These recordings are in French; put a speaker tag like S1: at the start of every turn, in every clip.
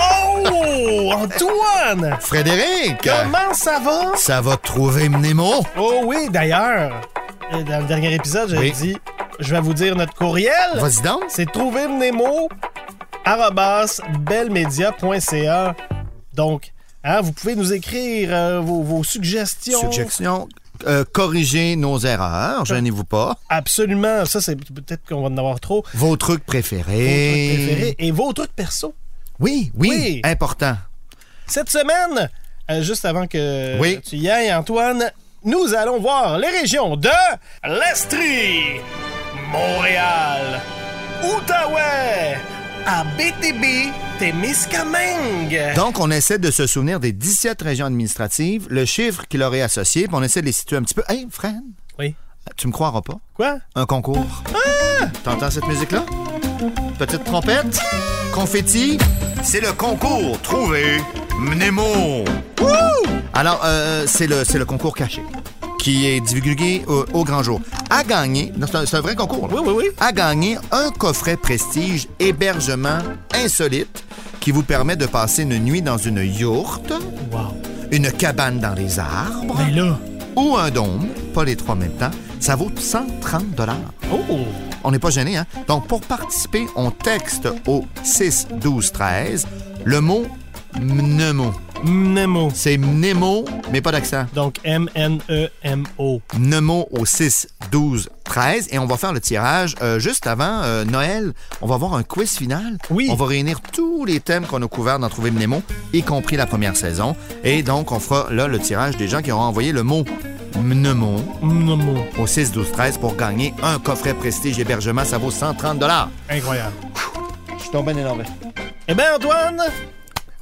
S1: Oh, Antoine!
S2: Frédéric!
S1: Comment ça va?
S2: Ça va te trouver Mnemo?
S1: Oh oui, d'ailleurs, euh, dans le dernier épisode, j'avais
S2: Oui.
S1: dit, je vais vous dire notre courriel.
S2: Vas-y donc.
S1: C'est trouvermnemo arobase belmedia.ca. Donc, hein, vous pouvez nous écrire euh, vos, vos suggestions.
S2: Suggestion. euh, corriger nos erreurs, gênez-vous pas.
S1: Absolument. Ça, c'est peut-être qu'on va en avoir trop.
S2: Vos trucs
S1: Vos
S2: préférés.
S1: trucs préférés et vos trucs perso.
S2: Oui, oui,
S1: Oui.
S2: important.
S1: Cette semaine, euh, juste avant que
S2: Oui.
S1: tu y ailles, Antoine, nous allons voir les régions de l'Estrie, Montréal, Outaouais, Abitibi, Témiscamingue.
S2: Donc, on essaie de se souvenir des 17 régions administratives, le chiffre qu'il aurait associé, puis on essaie de les situer un petit peu. Hey, Fran,
S1: Oui.
S2: tu me croiras pas?
S1: Quoi?
S2: Un concours. T'entends cette musique-là? Petite trompette, confetti. C'est le concours. Trouver Mnemo. Alors, euh, c'est le, c'est le concours caché qui est divulgué au, au grand jour. À gagner, non, c'est un, c'est un vrai concours. là.
S1: Oui, oui, oui.
S2: À gagner un coffret prestige hébergement insolite qui vous permet de passer une nuit dans une yourte,
S1: Wow.
S2: une cabane dans les arbres
S1: Mais là.
S2: ou un dôme, pas les trois en même temps. Ça vaut 130 dollars.
S1: Oh!
S2: On n'est pas gêné, hein? Donc, pour participer, on texte au 6 12 13 le mot mnemo.
S1: Mnemo.
S2: C'est mnemo, mais pas d'accent.
S1: Donc E M-N-E-M-O.
S2: Mnemo au 6 12 13 et on va faire le tirage euh, juste avant euh, Noël. On va avoir un quiz final.
S1: Oui.
S2: On va réunir tous les thèmes qu'on a couverts dans Trouver Mnemo, y compris la première saison. Et donc, on fera là le tirage des gens qui auront envoyé le mot mnemo
S1: Mnemo.
S2: au 6 12 13 pour gagner un coffret prestige hébergement. Ça vaut 130 dollars.
S1: Incroyable.
S2: Je suis tombé énorme.
S1: Eh bien, Antoine!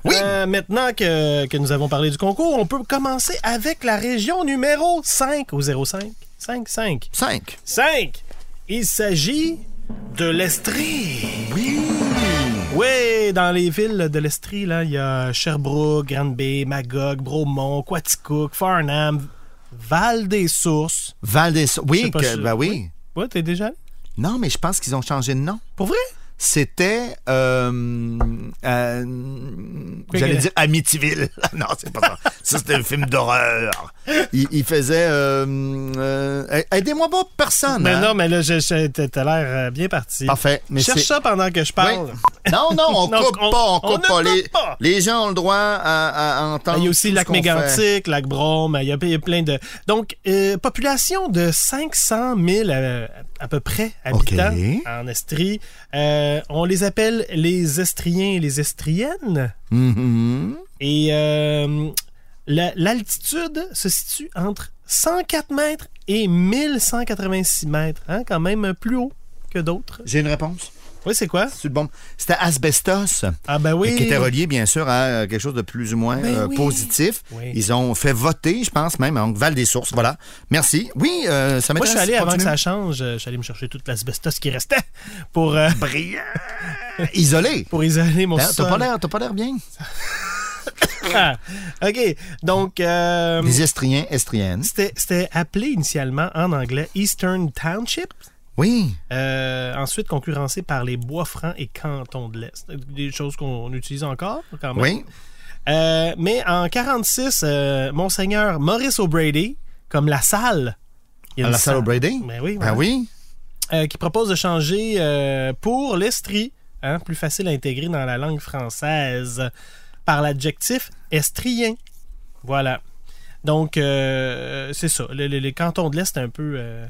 S2: Oui.
S1: euh, maintenant que, que nous avons parlé du concours, on peut commencer avec la région numéro 5 au 05. 5, 5.
S2: 5.
S1: 5. Il s'agit de l'Estrie. Oui. Oui, dans les villes de l'Estrie, là, il y a Sherbrooke, Grande Bay, Magog, Bromont, Quaticook, Farnham, Val-des-Sources.
S2: Val des
S1: Je sais
S2: Oui,
S1: pas
S2: que-
S1: si-
S2: ben oui.
S1: Ouais, t'es déjà allé?
S2: Non, mais je pense qu'ils ont changé de nom.
S1: Pour vrai?
S2: C'était. Euh, euh, J'allais
S1: que-
S2: dire Amityville. Ah non, c'est pas ça. ça, c'était un film d'horreur. Il, il faisait. euh, euh, a- Aidez-moi pas, personne.
S1: Mais
S2: hein?
S1: non, mais là, je- je- t'as t'as l'air euh, bien parti.
S2: Parfait. Mais
S1: Cherche
S2: c'est-
S1: ça pendant que je parle.
S2: Oui. Non, non, on
S1: Non,
S2: coupe
S1: on-
S2: pas, on
S1: on
S2: coupe
S1: ne
S2: pas.
S1: coupe
S2: Les,
S1: pas. Ah,
S2: les gens ont le droit à, à entendre.
S1: Il y a aussi
S2: tout ce
S1: lac
S2: qu'on fait.
S1: Mégantic, lac Brome, il y a il y a plein de... Donc, euh, population de 500 000 euh, à peu près habitants
S2: Ok.
S1: en Estrie. Euh, on les appelle les Estriens et les Estriennes.
S2: Mhm.
S1: Et euh, la- l'altitude se situe entre 104 mètres et 1186 mètres. Hein, quand même plus haut que d'autres.
S2: J'ai une réponse.
S1: Oui, c'est quoi?
S2: C'est bon. C'était asbestos.
S1: Ah ben oui.
S2: qui était relié, bien sûr, à euh, quelque chose de plus ou moins
S1: Ben
S2: euh,
S1: oui.
S2: positif.
S1: Oui.
S2: Ils ont fait voter, je pense, même, donc Val des Sources. Voilà. Merci. Oui, euh, ça
S1: Moi, je
S2: m'intéresse.
S1: suis allé avant que
S2: Continue.
S1: ça change. euh, Je suis allé me chercher toute l'asbestos qui restait pour, euh,
S2: Isolé.
S1: pour isoler mon
S2: Hein, T'as
S1: sol.
S2: pas l'air- t'as pas l'air bien.
S1: Ah, OK. Donc, euh,
S2: Les Estriens, Estriennes.
S1: c'était c'était appelé initialement en anglais Eastern Township,
S2: Oui.
S1: euh, ensuite concurrencé par les bois francs et cantons de l'Est. Des choses qu'on utilise encore, quand même.
S2: Oui.
S1: Euh, mais en 46, euh, Monseigneur Maurice O'Brady, comme la salle. Il y a
S2: À
S1: une
S2: Ah, la salle Brady.
S1: Ben oui, voilà.
S2: Ben oui.
S1: Euh, qui propose de changer euh, pour l'estrie, hein, plus facile à intégrer dans la langue française, par l'adjectif estrien. Voilà. Donc, euh, c'est ça. Le- le- les cantons de l'Est, c'est un peu, euh,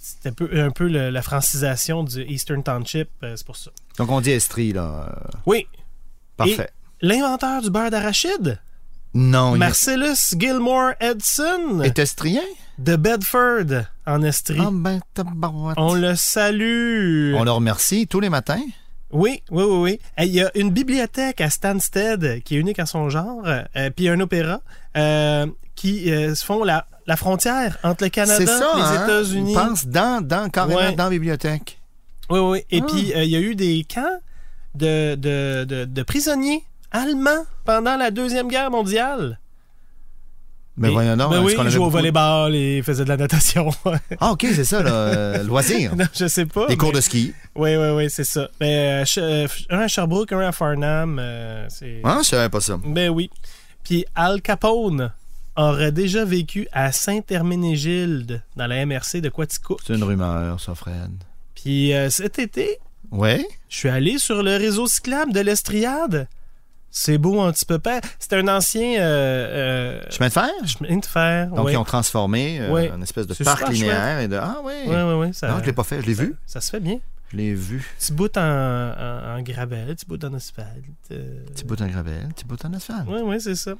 S1: c'est un peu, un peu le- la francisation du Eastern Township, euh, c'est pour ça.
S2: Donc on dit Estrie, là. Euh,
S1: Oui,
S2: Parfait.
S1: l'inventeur du beurre d'arachide,
S2: Non, il
S1: Marcellus Gilmore Edson,
S2: est Estrien.
S1: de Bedford, en Estrie.
S2: Ah, ben, tabarouette.
S1: On le salue.
S2: On le remercie tous les matins.
S1: Oui, oui, oui, oui. Eh, Il y a une bibliothèque à Stansted qui est unique à son genre, euh, puis un opéra euh, qui euh, se font la, la frontière entre le Canada
S2: C'est ça,
S1: les
S2: hein?
S1: États-Unis.
S2: Pense dans, dans, carrément
S1: Ouais.
S2: dans la bibliothèque.
S1: Oui, oui. Et
S2: Ah.
S1: puis, euh, il y a eu des camps de, de, de, de prisonniers allemands pendant la Deuxième Guerre mondiale.
S2: Mais
S1: Et-
S2: voyons donc.
S1: Ben
S2: est-ce
S1: oui,
S2: qu'on
S1: ils
S2: avait
S1: jouaient au
S2: beaucoup de-
S1: volleyball et faisaient de la natation.
S2: Ah, OK, c'est ça, là. euh, Loisirs.
S1: non, je sais pas.
S2: Des cours
S1: mais-
S2: de ski.
S1: Oui, oui, oui, c'est ça. Mais, euh, Ch- euh, un à Sherbrooke, un à Farnham. euh, c'est...
S2: Hein, je savais pas ça.
S1: Ben oui. Puis Al Capone aurait déjà vécu à Saint-Herménégilde, dans la MRC de Quaticook.
S2: C'est une rumeur, ça, Fred.
S1: Puis euh, cet été,
S2: Ouais?
S1: je suis allé sur le réseau cyclable de l'Estriade. C'est beau, un petit peu pas. C'est un ancien euh, euh,
S2: Chemin de fer?
S1: chemin de fer.
S2: Donc,
S1: ouais.
S2: ils ont transformé euh,
S1: Ouais.
S2: une espèce de
S1: C'est
S2: parc
S1: super
S2: linéaire. Et de... Ah, ouais.
S1: Ouais, ouais, ouais, ça,
S2: Non, je l'ai pas fait. Je l'ai vu.
S1: ça se fait bien.
S2: Je l'ai vu.
S1: Petit bout en, en, en gravel, petit bout en asphalte. euh,
S2: Petit bout en gravel, petit bout en asphalte.
S1: Oui, oui, c'est ça.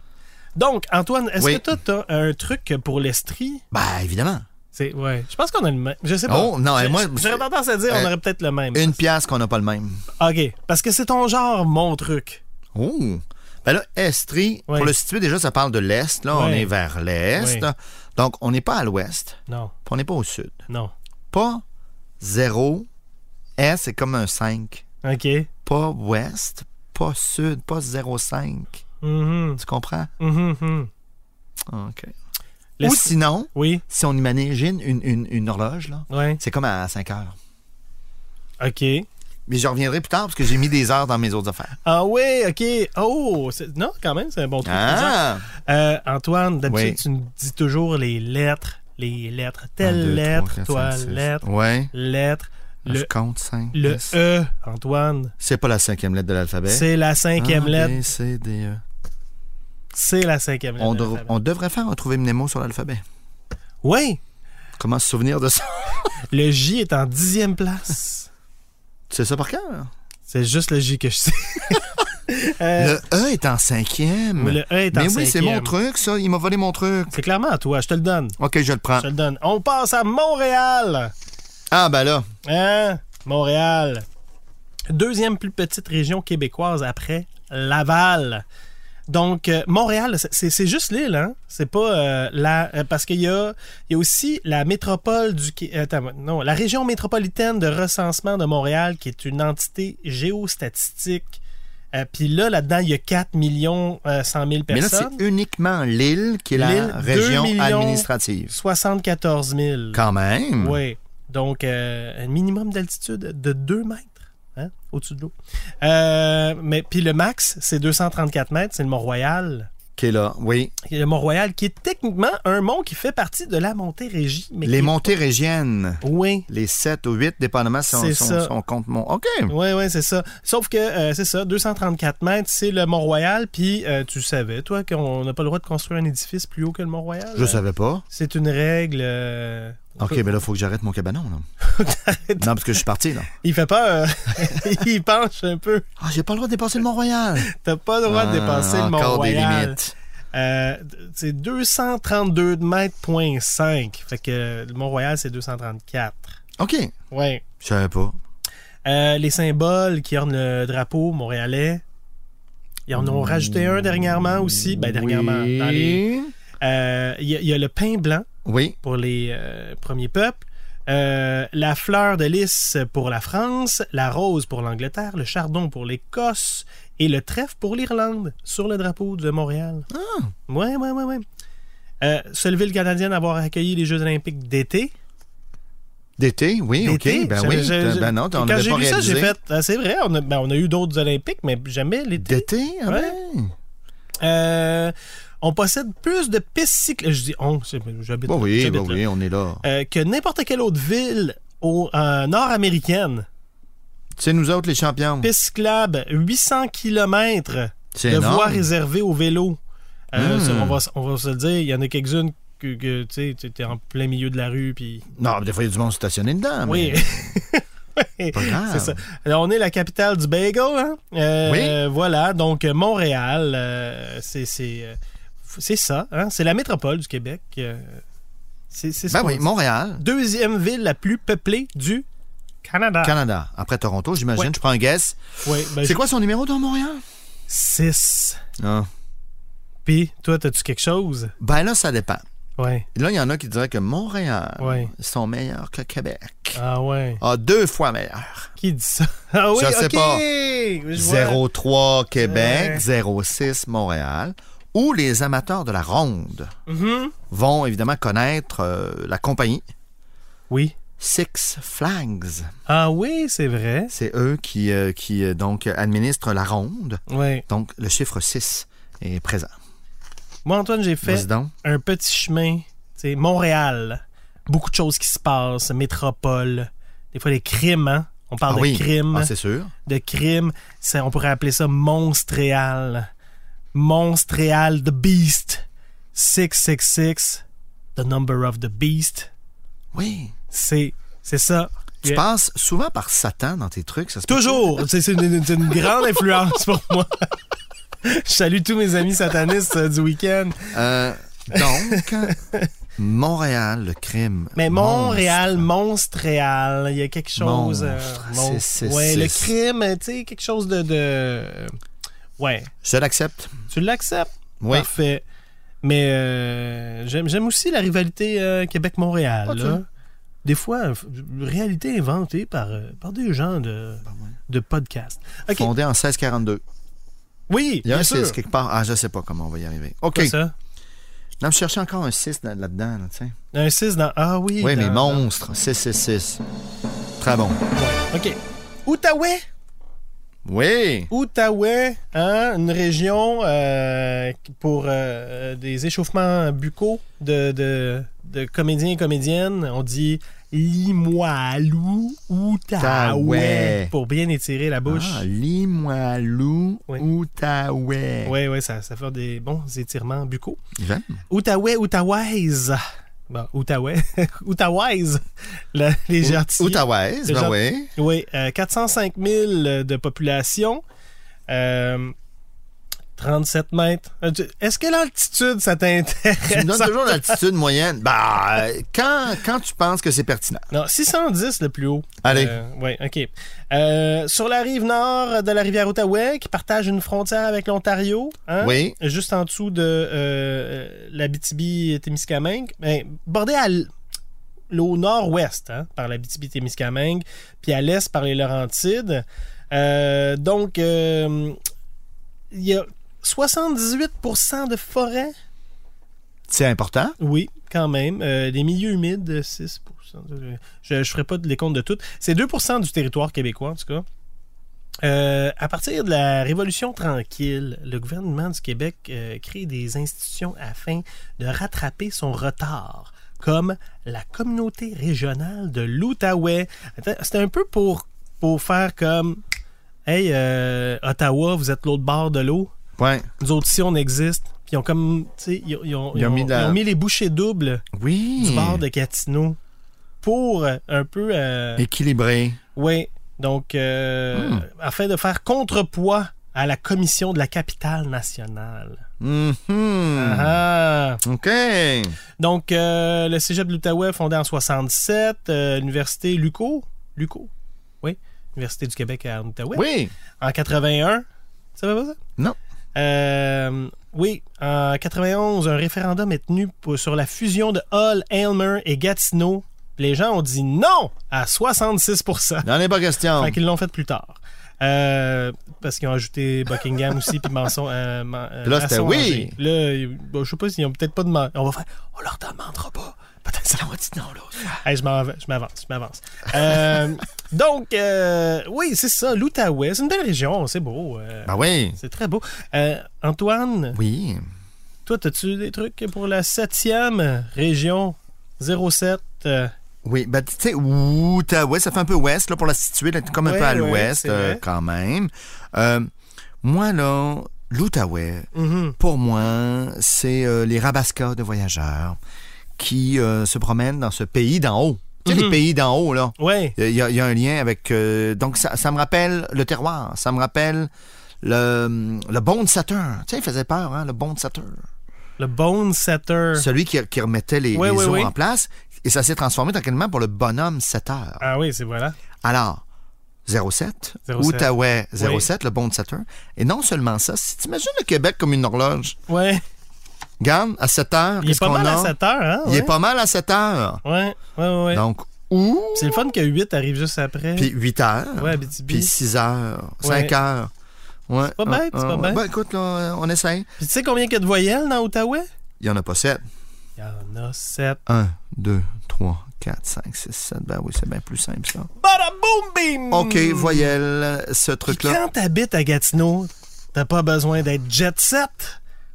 S1: Donc, Antoine, est-ce
S2: Oui.
S1: que toi, t'as un truc pour l'estrie?
S2: Bah, évidemment.
S1: C'est, ouais. Je pense qu'on a le même. Je sais pas.
S2: Oh, non, et
S1: J'ai-
S2: moi,
S1: J'aurais tendance à dire, on
S2: Euh,
S1: aurait peut-être le même.
S2: une pièce qu'on n'a pas le même.
S1: OK. Parce que c'est ton genre, mon truc.
S2: Oh! Ben là, Estrie,
S1: Ouais.
S2: pour le situer déjà, ça parle de l'Est. Là, on
S1: Ouais.
S2: est vers l'Est.
S1: Ouais.
S2: Donc, on n'est pas à l'Ouest,
S1: Non,
S2: puis on n'est pas au Sud.
S1: non.
S2: Pas zéro. S, c'est comme un 5.
S1: OK.
S2: Pas Ouest, pas Sud, pas 0,5.
S1: Mhm,
S2: Tu comprends?
S1: mhm, mhm.
S2: OK. Ou
S1: Laisse-
S2: sinon,
S1: Oui,
S2: si on imagine une, une, une horloge, là,
S1: ouais.
S2: c'est comme à 5 heures.
S1: OK.
S2: Mais je reviendrai plus tard parce que j'ai mis des heures dans mes autres affaires.
S1: Ah oui, OK. Oh, c'est- non, quand même, c'est un bon truc.
S2: Ah!
S1: Euh, Antoine, d'habitude,
S2: Oui.
S1: tu nous dis toujours les lettres, les lettres.
S2: Un,
S1: Telle
S2: deux, trois,
S1: lettre,
S2: quatre,
S1: toi,
S2: cinq, six.
S1: lettre,
S2: Ouais.
S1: lettre.
S2: Je
S1: Le,
S2: compte 5.
S1: le E, Antoine,
S2: C'est pas la cinquième lettre de l'alphabet.
S1: c'est la cinquième
S2: A, Ah, B,
S1: lettre.
S2: C, D, E.
S1: C'est la cinquième lettre.
S2: On,
S1: de
S2: dev-
S1: l'alphabet.
S2: on devrait faire un trouver Mnemo sur l'alphabet.
S1: Oui,
S2: Comment se souvenir de ça?
S1: le J est en dixième place.
S2: Tu sais ça par cœur?
S1: C'est juste le J que je sais. Euh,
S2: le E est en cinquième.
S1: oui, le E est en
S2: Mais oui, c'est mon
S1: cinquième.
S2: truc, ça. Il m'a volé mon truc.
S1: C'est clairement à toi, je te le donne.
S2: OK, je le prends.
S1: Je te le donne. On passe à Montréal.
S2: Ah, ben là.
S1: Hein? Montréal. Deuxième plus petite région québécoise après Laval. Donc, euh, Montréal, c'est- c'est c'est juste l'île, hein? C'est pas euh, la. euh, parce qu'il y a, il y a aussi la métropole du. Qué- euh, attends, non, la région métropolitaine de recensement de Montréal, qui est une entité géostatistique. Euh, Puis là, là-dedans, il y a 4 millions euh, 100 000
S2: Mais là,
S1: personnes.
S2: c'est uniquement Lille qui est la
S1: Lille,
S2: région
S1: deux millions.
S2: administrative.
S1: 74 000.
S2: Quand même.
S1: Oui. Donc, euh, un minimum d'altitude de 2 mètres hein, au-dessus de l'eau. Euh, mais puis le max, c'est 234 mètres, c'est le Mont-Royal.
S2: Qui est là, oui.
S1: Et Le Mont-Royal qui est techniquement un mont qui fait partie de la Montérégie. Mais
S2: Les
S1: qui-
S2: montées régiennes.
S1: Oui.
S2: Les 7 ou 8, dépendamment si on,
S1: C'est
S2: si on-
S1: ça.
S2: si on compte mon. OK.
S1: Oui, oui, c'est ça. Sauf que, euh, c'est ça, 234 mètres, c'est le Mont-Royal. Puis, euh, tu savais, toi, qu'on n'a pas le droit de construire un édifice plus haut que le Mont-Royal?
S2: Je savais pas.
S1: C'est une règle. euh, on
S2: OK,
S1: peut-
S2: mais là, il faut que j'arrête mon cabanon. Là. non, parce que je suis parti, là.
S1: Il fait peur. Il penche un peu.
S2: Ah, j'ai pas le droit de dépasser le Mont-Royal.
S1: T'as pas le droit de
S2: Ah,
S1: dépasser le
S2: encore des
S1: Mont-Royal.
S2: limites.
S1: Euh, c'est 232 mètres.5. Fait que le Mont-Royal, c'est 234.
S2: OK.
S1: Ouais.
S2: Je savais pas.
S1: Euh, les symboles qui ornent le drapeau montréalais. Ils en ont rajouté un dernièrement aussi. Ben, dernièrement.
S2: Oui.
S1: dans les- Euh, Il y, a- il y a le pain blanc
S2: Oui.
S1: pour les euh, premiers peuples. Euh, la fleur de lys pour la France, la rose pour l'Angleterre, le chardon pour l'Écosse et le trèfle pour l'Irlande sur le drapeau de Montréal.
S2: Ah.
S1: Ouais, ouais, ouais, ouais. Euh, seule ville canadienne à avoir accueilli les Jeux olympiques d'été.
S2: D'été, oui,
S1: D'été,
S2: OK. Ben
S1: j'avais-
S2: oui.
S1: j'avais-
S2: ben non, t'en
S1: Quand
S2: avais
S1: j'ai
S2: pas
S1: lu ça,
S2: réalisé.
S1: j'ai fait. Ah, c'est vrai, on a, ben, on a eu d'autres olympiques, mais jamais l'été.
S2: D'été, ah
S1: Ouais.
S2: ben.
S1: Euh, on possède plus de pistes cyclables. Je dis on, c'est- j'habite
S2: Bah
S1: là,
S2: oui,
S1: j'habite
S2: bah
S1: là.
S2: oui, on est là.
S1: Euh, que n'importe quelle autre ville au, euh, nord-américaine.
S2: C'est nous autres, les champions.
S1: Piste cyclable, 800 km
S2: Hmm. C'est
S1: de voies
S2: énorme.
S1: réservées au vélo. Euh,
S2: Hmm.
S1: ça, on, va, s- on va se le dire, il y en a quelques-unes que, que, tu sais, t'es en plein milieu de la rue, puis...
S2: Non, mais des fois, il y a du monde stationné dedans.
S1: oui,
S2: Ah, mais Pas grave.
S1: c'est
S2: Ben
S1: ça. Alors, on est la capitale du bagel, hein? Euh, Voilà, donc euh, Montréal, euh, c'est c'est, euh, f- c'est ça, hein? C'est la métropole du Québec. euh, c'est c'est ce
S2: Ben
S1: qu'on
S2: oui,
S1: dit.
S2: Montréal,
S1: Deuxième ville la plus peuplée du Canada.
S2: Canada. Après Toronto, j'imagine,
S1: Ah. Ouais.
S2: je prends un guess.
S1: Ouais, ben,
S2: C'est quoi son numéro dans Montréal?
S1: 6. Puis, toi, t'as-tu quelque chose?
S2: Ben là, ça dépend.
S1: Ouais.
S2: Là, il y en a qui diraient que Montréal
S1: Ouais.
S2: sont meilleurs que Québec.
S1: Ah ouais.
S2: Ah, deux fois meilleur.
S1: Qui dit ça? Ah oui,
S2: Je sais
S1: ok.
S2: pas.
S1: Je vois.
S2: 03 Québec,
S1: Ouais.
S2: 06 Montréal, où les amateurs de la ronde
S1: Mhm.
S2: vont évidemment connaître euh, la compagnie
S1: Oui.
S2: Six Flags.
S1: Ah oui, c'est vrai.
S2: C'est eux qui, euh, qui euh, donc administrent la ronde.
S1: Ouais.
S2: Donc, le chiffre 6 est présent.
S1: Moi, Antoine, j'ai fait
S2: Vas-y donc.
S1: un petit chemin. C'est Montréal. Beaucoup de choses qui se passent. Métropole. Des fois, les crimes, hein? On parle
S2: Ah
S1: de
S2: oui.
S1: crimes.
S2: Ah, c'est sûr.
S1: de crimes. C'est- On pourrait appeler ça Monstréal. Monstréal, The Beast. 666, The Number of the Beast.
S2: Oui.
S1: C'est c'est ça.
S2: Tu
S1: Yeah.
S2: passes souvent par Satan dans tes trucs, ça se peut-
S1: Toujours. C'est c'est une, une- une grande influence pour moi. Je salue tous mes amis satanistes euh, du week-end.
S2: Euh, donc, Montréal, le crime.
S1: Mais Montréal,
S2: Monstre.
S1: Monstréal, il y a quelque chose. euh,
S2: Monstre, Ah,
S1: mon-
S2: c'est- c'est-
S1: ouais, le
S2: c'est-
S1: crime, euh, tu sais, quelque chose de. de... Ouais.
S2: Je l'accepte.
S1: Tu l'acceptes?
S2: Oui.
S1: Parfait. Mais euh, j'aime j'aime aussi la rivalité euh, Québec-Montréal.
S2: Ok.
S1: là. Des fois, euh, f- réalité inventée par, euh, par des gens de, de podcast. OK.
S2: Fondé en 1642.
S1: Oui,
S2: Il y a
S1: bien
S2: un
S1: sûr.
S2: 6 quelque part. Ah, je sais pas comment on va y arriver. OK.
S1: Quoi, ça?
S2: Non, je cherchais encore un 6 là- là-dedans, là, tu sais.
S1: Un 6 dans... Ah oui.
S2: Oui,
S1: dans-
S2: mais
S1: dans-
S2: monstre. 6, 6, 6. Très bon.
S1: Ouais. OK. Outaouais.
S2: Oui.
S1: Outaouais, hein, une région euh, pour euh, des échauffements buccaux de, de- de comédiens et comédiennes. On dit Limoilou, Outaouais,
S2: Outaouais.
S1: pour bien étirer la bouche.
S2: Ah, Limoilou,
S1: Oui.
S2: Outaouais.
S1: Oui, oui, ça, ça fait des bons étirements buccaux.
S2: J'aime.
S1: Outaouais, Outaouaise. Bon, Outaouais. Outaouaise. La- les jartiers.
S2: Outaouais,
S1: Les
S2: ben
S1: gens-
S2: oui.
S1: Oui, euh, 405 000 euh, de population. Euh, 37 mètres. Euh, tu- Est-ce que l'altitude, ça
S2: Tu me
S1: t'intéresse?
S2: donnes toujours l'altitude moyenne. Bah, euh, quand, quand tu penses que c'est pertinent.
S1: Non, 610 le plus haut.
S2: Allez.
S1: oui, OK. Euh, sur la rive nord de la rivière Outaouais, qui partage une frontière avec l'Ontario. hein?
S2: Oui.
S1: juste en dessous de euh, l'Abitibi-Témiscamingue, ben, bordé à l- l'au nord-ouest hein, par l'Abitibi-Témiscamingue, puis à l'est par les Laurentides. Euh, donc, euh, il y a 78% de forêt,
S2: C'est important.
S1: oui, quand même, Euh, des milieux humides, 6%. de- Je ne ferai pas les comptes de toutes. C'est 2% du territoire québécois, en tout cas. Euh, à partir de la Révolution tranquille, le gouvernement du Québec euh, crée des institutions afin de rattraper son retard, comme la communauté régionale de l'Outaouais. Attends, C'est un peu pour, pour faire comme Hey, euh, Ottawa, vous êtes l'autre bord de l'eau.
S2: Ouais.
S1: Nous autres, ici, on existe. Puis ils ont comme, tu sais, ils, ont- ils ont,
S2: Ils ont mis de la- Mm.
S1: ils ont mis les bouchées doubles
S2: Oui.
S1: du bord de Gatineau pour euh, un peu. euh,
S2: Équilibré.
S1: oui. Donc, euh,
S2: Hmm.
S1: afin de faire contrepoids à la commission de la capitale nationale.
S2: Mhm.
S1: Ah ah.
S2: OK.
S1: Donc, euh, le cégep de l'Outaouais, fondé en 67, euh, l'université Luco. Luco. Oui. Université du Québec à Outaouais.
S2: Oui.
S1: En 81. Tu savais pas ça?
S2: Non.
S1: Euh, oui, en 91, un référendum est tenu pour- sur la fusion de Hall, Aylmer et Gatineau. Les gens ont dit non à 66
S2: N'en est pas question.
S1: Fait qu'ils l'ont fait plus tard. Euh, parce qu'ils ont ajouté Buckingham aussi, puis Manson. Euh, Man- euh,
S2: Puis là, c'était
S1: Masson
S2: oui.
S1: Angers. Là, ils- bon, je sais pas s'ils ont peut-être pas demandé. On va faire. On leur demandera pas. Peut-être ça va dire non, là. Hey, je m'en vais, je m'avance, je m'avance. Euh, donc, euh, oui, c'est ça, l'Outaouais. C'est une belle région, c'est beau. euh,
S2: Ben oui.
S1: c'est très beau. Euh, Antoine,
S2: Oui.
S1: toi, as-tu des trucs pour la septième région 07? euh,
S2: Oui, ben tu sais, Outaouais, ça fait un peu ouest, là, pour la situer, là, comme un
S1: Ouais,
S2: peu à
S1: ouais,
S2: l'ouest,
S1: c'est
S2: euh,
S1: vrai.
S2: quand même. Euh, moi, là, l'Outaouais,
S1: mhm.
S2: pour moi, c'est euh, les rabascas de voyageurs qui euh, se promènent dans ce pays d'en haut. Tu sais,
S1: Mhm.
S2: les pays d'en haut, là.
S1: Ouais.
S2: Il y, a- il y a un lien avec. euh, donc, ça, ça me rappelle le terroir. Ça me rappelle le, le bon de Saturne. Tu sais, il faisait peur, hein, le bon de Saturne.
S1: le Bone Setter.
S2: Celui qui, qui remettait les,
S1: Oui,
S2: les
S1: oui,
S2: os
S1: oui.
S2: en place. Et ça s'est transformé tranquillement pour le bonhomme 7 heures.
S1: Ah oui, c'est voilà.
S2: Alors, 07,
S1: 07.
S2: Outaouais 07, le bon de Saturne. Et non seulement ça, si tu imagines le Québec comme une horloge,
S1: Ouais.
S2: Regarde, à 7 heures,
S1: Il est
S2: qu'est-ce
S1: pas
S2: qu'on
S1: mal à
S2: a?
S1: 7 heures, hein?
S2: Il
S1: ouais.
S2: est pas mal à 7 heures.
S1: Ouais, ouais, ouais.
S2: Donc, ou,
S1: C'est le fun que 8 arrive juste après.
S2: puis 8 heures,
S1: ouais, Abitibi.
S2: puis
S1: Puis
S2: 6 heures,
S1: Ouais.
S2: 5 heures. Ouais,
S1: pas bête, c'est pas bête.
S2: Ben, écoute, là, on essaye.
S1: tu sais combien il y a de voyelles dans Outaouais?
S2: Il n'y en a pas 7.
S1: Il y en a 7.
S2: 1, 2, 3, 4, 5, 6, 7. Ben oui, c'est bien plus simple, ça.
S1: Bada boom bim!
S2: OK, voyelle, ce
S1: Puis
S2: truc-là.
S1: quand t'habites à Gatineau, t'as pas besoin d'être jet set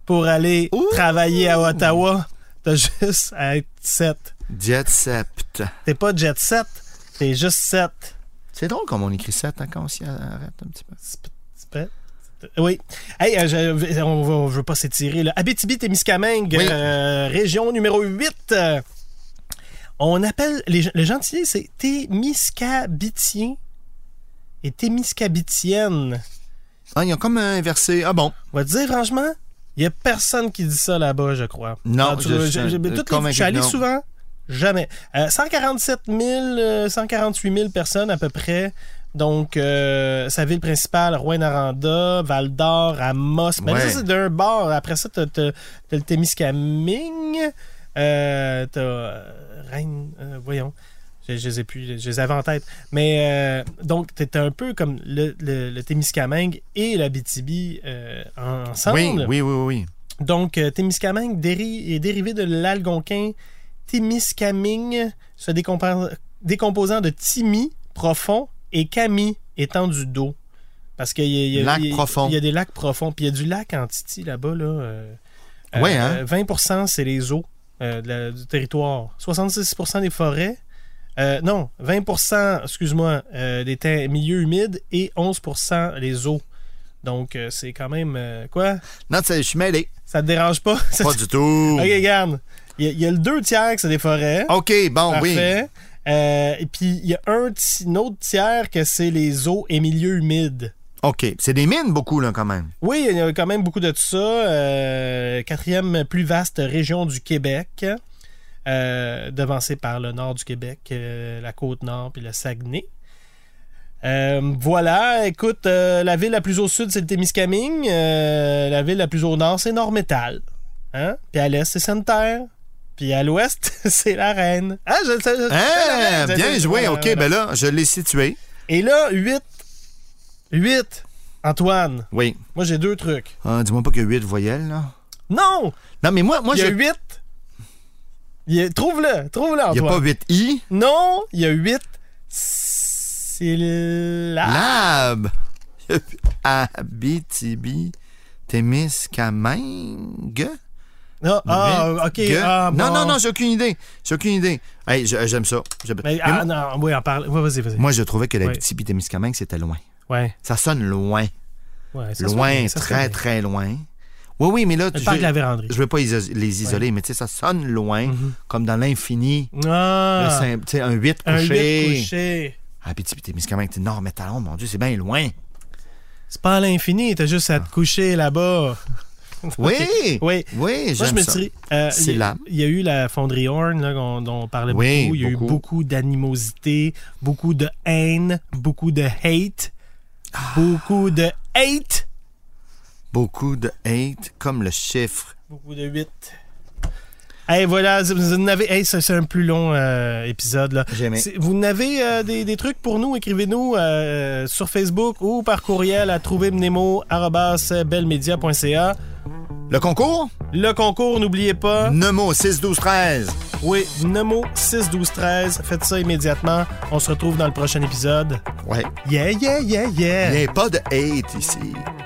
S1: pour aller
S2: Ouh!
S1: travailler à Ottawa. T'as juste à être set.
S2: Jet sept.
S1: T'es pas jet set, t'es juste set.
S2: C'est drôle comme on écrit 7 quand on s'y arrête un petit peu.
S1: Sp- sp- Oui. Hey, euh, je- on, va- on veut pas s'étirer. là. Abitibi-Témiscamingue,
S2: Oui.
S1: euh, région numéro 8. euh, on appelle les, gens- les gentillés, c'est Témiscabitien et Témiscabitienne.
S2: Ah, ils ont comme inversé. Ah bon?
S1: On va te dire, franchement, il n'y a personne qui dit ça là-bas, je crois.
S2: Non,
S1: Ah, tu-
S2: je-
S1: je-
S2: je-
S1: je-
S2: je-
S1: mais toutes les-
S2: convaincu
S1: je suis allé
S2: que non.
S1: souvent, jamais. Euh, 147 000, euh, 148 000 personnes à peu près. Donc, euh, sa ville principale, Rouen-Aranda, Val-d'Or, Amos. Mais
S2: Ouais.
S1: ça, c'est d'un bord. Après ça, t'as t'as- t'as le Témiscamingue. Euh, t'as euh, Rennes. euh, voyons. Je, je les ai plus, je les avais en tête. Mais euh, donc, t'étais un peu comme le, le, le Témiscamingue et la BTB ensemble.
S2: Oui, oui, oui, oui.
S1: Donc, euh, Témiscamingue déri- est dérivé de l'algonquin Témiscamingue, se décompa- décomposant de Timi, profond, et Kami, étendu d'eau. Parce qu'il y, a- il y a-
S2: Lac
S1: il y a-
S2: profond.
S1: il y a des lacs profonds. Puis il y a du lac en Titi là-bas. Là, euh, euh,
S2: Ouais, hein?
S1: 20 c'est les eaux euh, de la- du territoire. 66 des forêts. Euh, non, 20 excuse-moi, euh, des terres- milieux humides et 11 les eaux. Donc, euh, c'est quand même. euh, quoi?
S2: Non, tu sais, je suis mêlé.
S1: Ça te dérange pas? Ça
S2: Pas
S1: te-
S2: du tout.
S1: Ok, regarde. Il y, a- il y a le deux tiers que c'est des forêts.
S2: OK, bon, Ah oui.
S1: Parfait. Euh, et puis, il y a un, ti- un autre tiers que c'est les eaux et milieux humides.
S2: OK. C'est des mines, beaucoup, là, quand même.
S1: Oui, il y a quand même beaucoup de tout ça. Euh, quatrième plus vaste région du Québec, euh, devancée par le nord du Québec, euh, la côte nord puis le Saguenay. Euh, voilà, écoute, euh, la ville la plus au sud, c'est le Témiscamingue. Euh, la ville la plus au nord, c'est Nord-Métal. Hein? Puis à l'est, c'est Sainte-Terre. Puis à l'ouest, c'est la Reine. Ah, je, je- je- je- la
S2: Ah,
S1: Reine, je-
S2: bien
S1: je-
S2: joué.
S1: voilà,
S2: OK,
S1: voilà.
S2: ben là, je l'ai situé.
S1: Et là, 8. 8. Antoine,
S2: Oui.
S1: moi j'ai deux trucs.
S2: Ah, Dis-moi pas qu'il y a 8 voyelles, là.
S1: Non!
S2: Non, mais moi, moi
S1: il y
S2: je...
S1: a 8. Trouve-le, trouve-le,
S2: Il n'y a
S1: Antoine.
S2: pas 8 I.
S1: Non, il y a 8 syllabes.
S2: Lab. Abitibi. Témiscamingue.
S1: Ah, ah, ok.
S2: Gueux.
S1: ah,
S2: Non,
S1: bon.
S2: non, non, j'ai aucune idée. J'ai aucune idée. Hey, je- j'aime ça. Je-
S1: Mais,
S2: Mais
S1: ah,
S2: moi-
S1: non, oui, en parle. Ouais, vas-y, vas-y.
S2: moi, je trouvais que la Témiscamingue, c'était loin.
S1: Ouais,
S2: Ça sonne loin.
S1: ouais. ça se fait
S2: loin,
S1: bien, ça se fait bien.
S2: très, très loin. Oui, oui, mais là,
S1: Le
S2: je-
S1: parc de la Mm-hmm. véranderie.
S2: je veux pas iso- les isoler, mais tu sais, ça sonne loin, comme dans l'infini. Le
S1: Ah,
S2: sim- Tu sais, un 8
S1: un 8
S2: couché.
S1: couché.
S2: Ah, puis tu mis quand même, t'es nord métallon, mon Dieu, c'est bien loin.
S1: C'est pas à l'infini, t'as juste à te coucher là-bas.
S2: Oui!
S1: Oui.
S2: Oui,
S1: Moi, je
S2: j'aime
S1: me
S2: ça.
S1: dirais, euh,
S2: C'est
S1: il y a-
S2: là.
S1: il y, a eu la fonderie Horn là, qu'on- dont on parlait
S2: Oui,
S1: beaucoup. Il y a eu
S2: beaucoup.
S1: beaucoup d'animosité, beaucoup de haine, beaucoup de hate, beaucoup de hate,
S2: Beaucoup de hate, comme le chiffre.
S1: beaucoup de 8. Hey, voilà, vous- vous en avez. Hey, ça, c'est un plus long euh, épisode. Là.
S2: J'ai aimé.
S1: C'est- Vous n'avez des, des trucs pour nous, écrivez-nous euh, sur Facebook ou par courriel à trouvermnemo.belmedia.ca.
S2: Le concours?
S1: Le concours, n'oubliez pas.
S2: Nemo 6, 12, 13.
S1: Oui, Nemo 6 12 13, faites ça immédiatement. On se retrouve dans le prochain épisode.
S2: Ouais.
S1: Yeah yeah yeah yeah.
S2: Il n'y a pas de hate ici.